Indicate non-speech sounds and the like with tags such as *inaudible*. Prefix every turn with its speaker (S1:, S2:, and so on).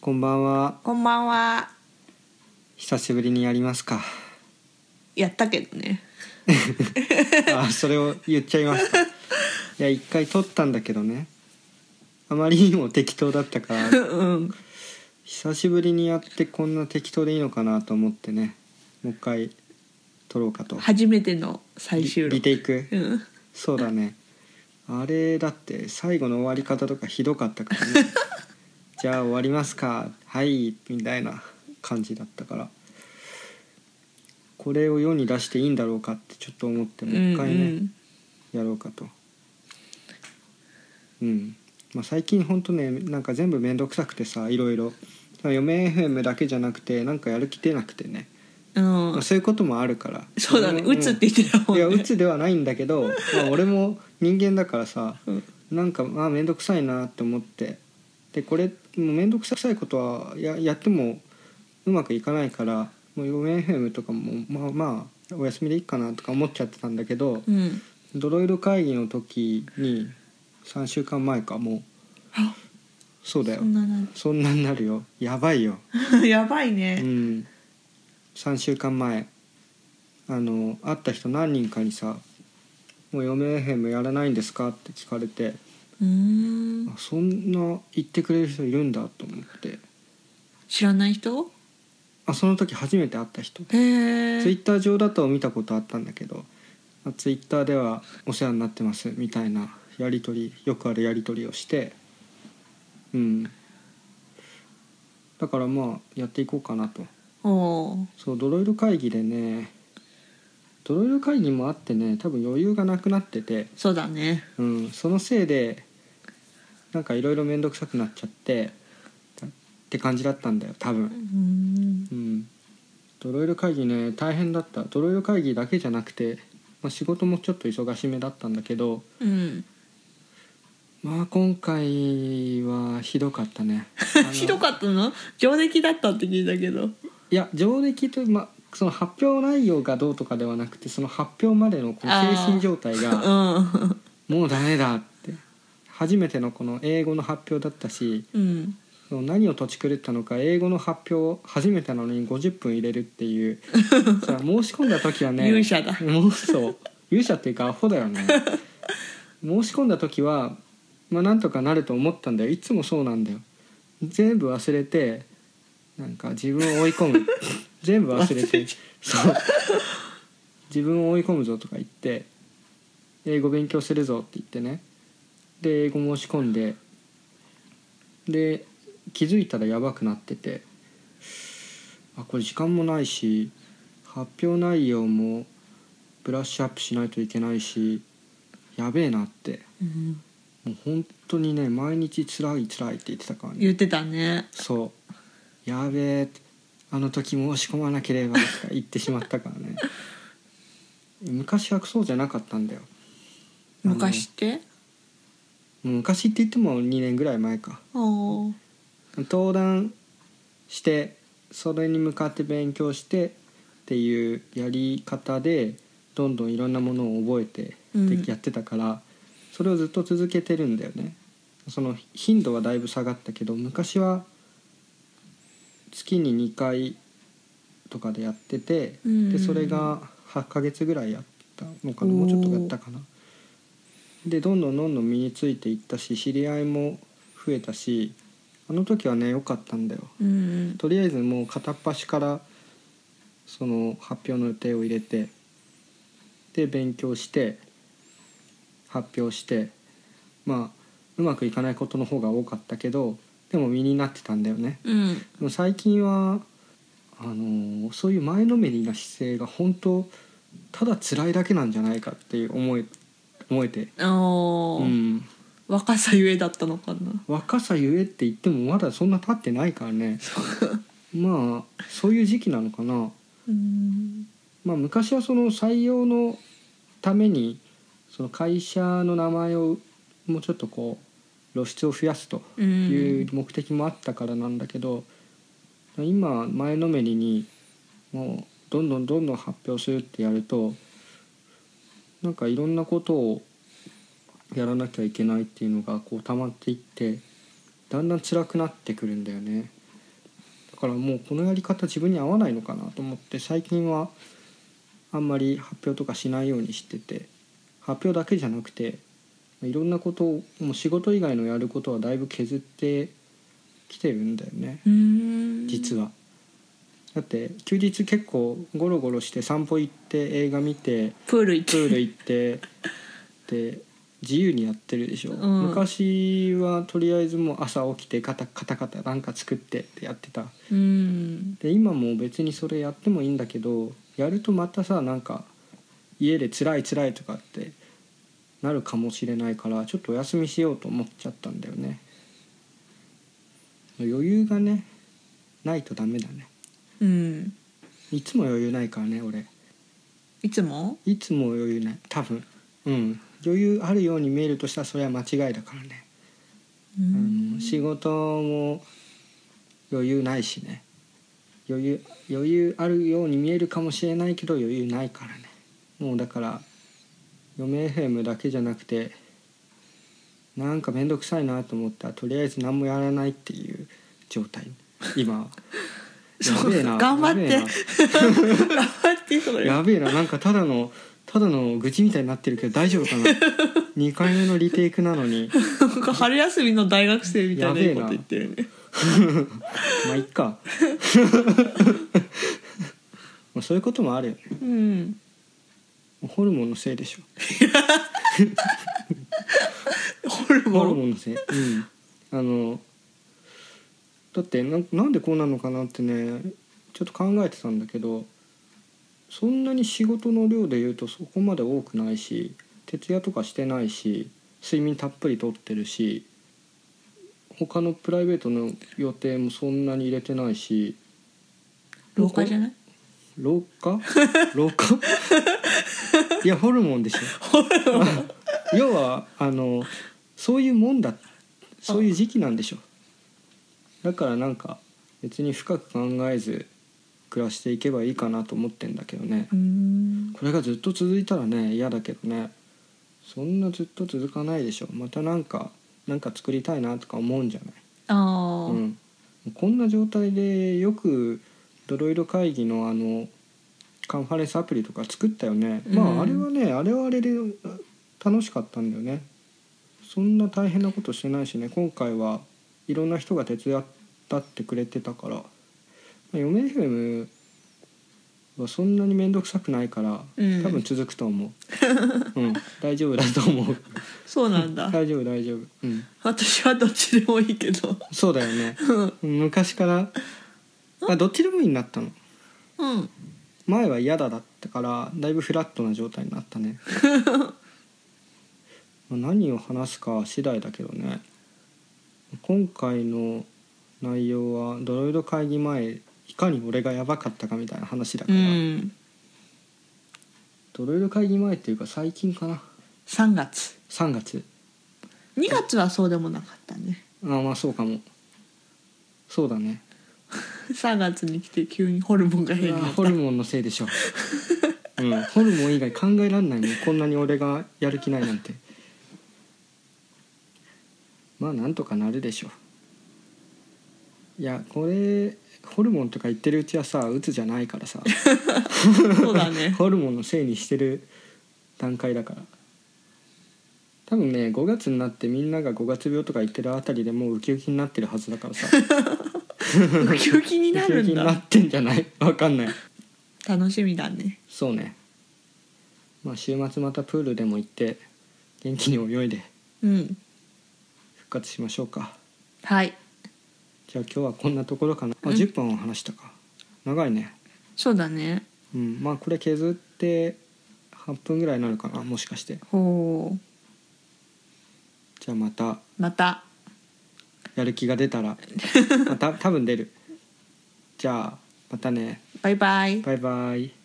S1: こんばんは
S2: こんばんは
S1: 久しぶりにやりますか
S2: やったけどね
S1: あそれを言っちゃいましたいや一回撮ったんだけどねあまりにも適当だったか
S2: う *laughs*
S1: ら
S2: ん
S1: 久しぶりにやってこんな適当でいいのかなと思ってねもう一回撮ろうかと
S2: 初めての最
S1: リ
S2: 終録
S1: リテイク
S2: うん
S1: そうだねあれだって最後の終わり方とかひどかった
S2: *laughs*
S1: からねじゃあ終わりますかはいみたいな感じだったからこれを世に出していいんだろうかってちょっと思ってもう一回ね、
S2: うん
S1: やろうかとうんまあ最近ほんとねなんか全部面倒くさくてさいろいろ嫁 FM だけじゃなくてなんかやる気出なくてね、
S2: うんう
S1: まあ、
S2: ん
S1: そういうこともあるから
S2: そうだね
S1: 俺も
S2: うつって言ってたも
S1: い
S2: んね
S1: や鬱ではないんだけど、まあ、俺も人間だからさ
S2: うん
S1: なんかまあ面倒くさいなって思ってでこれもう面倒くさいことはややってもうまくいかないからもう嫁 FM とかもまあまあお休みでいいかなとか思っちゃってたんだけど、
S2: うん
S1: ドロイド会議の時に3週間前かもう
S2: あ
S1: そうだよ
S2: そんなな *laughs*
S1: そんなになるよやばいよ
S2: やばいうね
S1: ん3週間前あの会った人何人かにさ「もう嫁へんもやらないんですか?」って聞かれて
S2: うーん
S1: あそんな言ってくれる人いるんだと思って
S2: 知らない人
S1: あその時初めて会った人
S2: へえ
S1: ツイッター上だと見たことあったんだけどあツイッターではお世話になってますみたいなやり取りよくあるやり取りをしてうんだからまあやっていこうかなと
S2: おー
S1: そうドロイド会議でねドロイド会議もあってね多分余裕がなくなってて、
S2: そうだね
S1: うん、そのせいでなんかいろいろ面倒くさくなっちゃってって感じだったんだよ多分
S2: うーん
S1: うん、ドロイド会議ね大変だったドロイド会議だけじゃなくて、まあ、仕事もちょっと忙しめだったんだけど
S2: うん
S1: まあ今回はひどかった
S2: *laughs*
S1: ね
S2: ひど
S1: っ
S2: かったの上出来だったって聞いたけど
S1: いや上出来という、まあ、その発表内容がどうとかではなくてその発表までのこう
S2: あ
S1: 精
S2: ー
S1: 神状態
S2: *laughs* う
S1: が
S2: ん
S1: もうダメだって初めてのこの英語の発表だったし
S2: うん
S1: その何をとち狂ったのか英語の発表を初めてなのに50分入れるっていうさあ申し込んだ時はね
S2: 勇者だ
S1: もうそう勇者っていうかアホだよね *laughs* 申し込んだ時はまあなんとかなると思ったんだよいつもそうなんだよ全部忘れてなんか自分を追い込む *laughs* 全部忘れて
S2: 忘れち
S1: そう自分を追い込むぞとか言って英語勉強するぞって言ってねで英語申し込んでで気づいたらやばくなっててあこれ時間もないし発表内容もブラッシュアップしないといけないしやべえなって
S2: うん
S1: もう本当にね毎日辛い辛いって言ってたからね
S2: 言ってたね
S1: そうやべえってあの時申し込まなければとか言ってしまったからね *laughs* 昔はそうじゃなかったんだよあの
S2: 昔って
S1: もう昔って言っても2年ぐらい前か
S2: おー
S1: 登壇してそれに向かって勉強してっていうやり方でどんどんいろんなものを覚えて
S2: うん
S1: でやってたから、それをずっと続けてるんだよねその頻度はだいぶ下がったけど昔は月に2回とかでやってて、
S2: うん
S1: でそれが8ヶ月ぐらいやったのかなもうちょっとやったかなでどんどんどんどん身についていったし知り合いも増えたしあの時はね良かったんだよ
S2: うん
S1: とりあえずもう片っ端からその発表の予定を入れてで勉強して発表してまあうまくいかないことの方が多かったけどでも身になってたんだよね
S2: うん
S1: でも最近はあのーそういう前のめりな姿勢が本当ただ辛いだけなんじゃないかっていう思い思えて、
S2: お
S1: う
S2: ー
S1: ん、
S2: 若さゆえだったのかな
S1: 若さゆえって言ってもまだそんな経ってないからねまあそういう時期なのかな
S2: うん
S1: まあ、昔はその採用のためにその会社の名前をもうちょっとこう露出を増やすと
S2: う
S1: い
S2: ん
S1: う目的もあったからなんだけど、今前のめりにもうどんどんどんどん発表するってやるとなんかいろんなことをやらなきゃいけないっていうのがこう溜まっていってだんだん辛くなってくるんだよね。からもうこのやり方自分に合わないのかなと思って最近はあんまり発表とかしないようにしてて発表だけじゃなくていろんなことをもう仕事以外のやることはだいぶ削ってきてるんだよね
S2: うーん
S1: 実は。だって休日結構ゴロゴロして散歩行って映画見て
S2: プール行っ
S1: プ
S2: て
S1: ール行ってで自由にやってるでしょ、
S2: うん
S1: 昔はとりあえずもう朝起きてカタカタカタなんか作ってってやってた
S2: うん
S1: で今もう別にそれやってもいいんだけどやるとまたさなんか家で辛い辛いとかってなるかもしれないからちょっとお休みしようと思っちゃったんだよね余裕がねないとダメだね
S2: うん
S1: いつも余裕ないからね俺
S2: いつも
S1: いつも余裕ない多分うん余裕あるように見えるとしたらそれは間違いだからね、
S2: う
S1: あ
S2: ん
S1: の仕事も余裕ないしね余裕余裕あるように見えるかもしれないけど余裕ないからねもうだから嫁 FM だけじゃなくてなんか面倒くさいなと思ったらとりあえず何もやらないっていう状態今は
S2: *laughs* そう
S1: やべえな
S2: 頑張っ
S1: や
S2: て
S1: べえな
S2: 頑張ってそれ
S1: やべえななんかただのただの愚痴みたいになってるけど大丈夫かな2回目のリテイクなのに
S2: なんか春休みの大学生みたいないいこと
S1: やべえ
S2: 言
S1: な
S2: ってるね
S1: まあいっかまあそういうこともあるよね
S2: うん
S1: ホルモンのせいでしょ
S2: ホル
S1: ホ
S2: モ
S1: ル
S2: ン
S1: モンのせいうんあのだってなんなんでこうなのかなってねちょっと考えてたんだけどそんなに仕事の量で言うとそこまで多くないし徹夜とかしてないし睡眠たっぷりとってるし他のプライベートの予定もそんなに入れてないし
S2: 老化じゃない
S1: 老化 *laughs* 老化いやホルモンでしょ要はあのそういうもんだそういう時期なんでしょだからなんか別に深く考えず暮らしていけばいいかなと思ってんだけどね
S2: うん
S1: これがずっと続いたらね嫌だけどねそんなずっと続かないでしょまたなんかなんか作りたいなとか思うんじゃない
S2: ああ、
S1: うん、こんな状態でよくドロイド会議のあのカンファレンスアプリとか作ったよね、
S2: う
S1: ま
S2: ん
S1: ああれはねあれはあれで楽しかったんだよねそんな大変なことしてないしね今回はいろんな人が手伝ったってくれてたからまあ嫁 FM はそんなに面倒くさくないから、
S2: うん
S1: 多分続くと思う、うん、大丈夫だと思う
S2: *laughs* そうなんだ、
S1: 大丈夫大丈夫、うん、
S2: 私はどっちでもいいけど
S1: そうだよね
S2: うん
S1: 昔からあどっちでもいいになったの
S2: うん
S1: 前は嫌だだったからだいぶフラットな状態になった
S2: *laughs*
S1: ねまあ何を話すか次第だけどね今回の内容はドロイド会議前いかに俺がやばかったかみたいな話だか
S2: う
S1: ら、
S2: ん
S1: ドロイド会議前っていうか最近かな
S2: 3月
S1: 3月
S2: 2月はそうでもなかったね
S1: あまあそうかもそうだね
S2: 3月に来て急にホルモンが
S1: い
S2: 変
S1: や
S2: になった
S1: ホルモンのせいでしょ、うん、ホルモン以外考えらんないねこんなに俺がやる気ないなんてまあなんとかなるでしょいやこれホルモンとか言ってるうちはさうつじゃないから
S2: *laughs*
S1: さ
S2: そうだ *laughs* ね
S1: ホルモンのせいにしてる段階だから多分ね5月になってみんなが5月病とか言ってるあたりでもうウキウキになってるはずだからさ
S2: ウキウキに
S1: ウ
S2: *laughs* な
S1: キ
S2: る
S1: ウキ
S2: ん
S1: にな
S2: だ
S1: ってんじゃないわかんない
S2: 楽しみだね
S1: そうねまあ週末またプールでも行って元気に泳いで
S2: うん
S1: 復活しましょうか
S2: はい
S1: じゃあ今日はこんなところかなあ
S2: うん
S1: 10分を話したか長いね
S2: そうだね
S1: うんまあこれ削って8分ぐらいになるかなもしかして
S2: ほう
S1: じゃあまた
S2: また
S1: やる気が出た
S2: *laughs*
S1: らまた多分出るじゃあまたね
S2: バイバイ
S1: バイバイ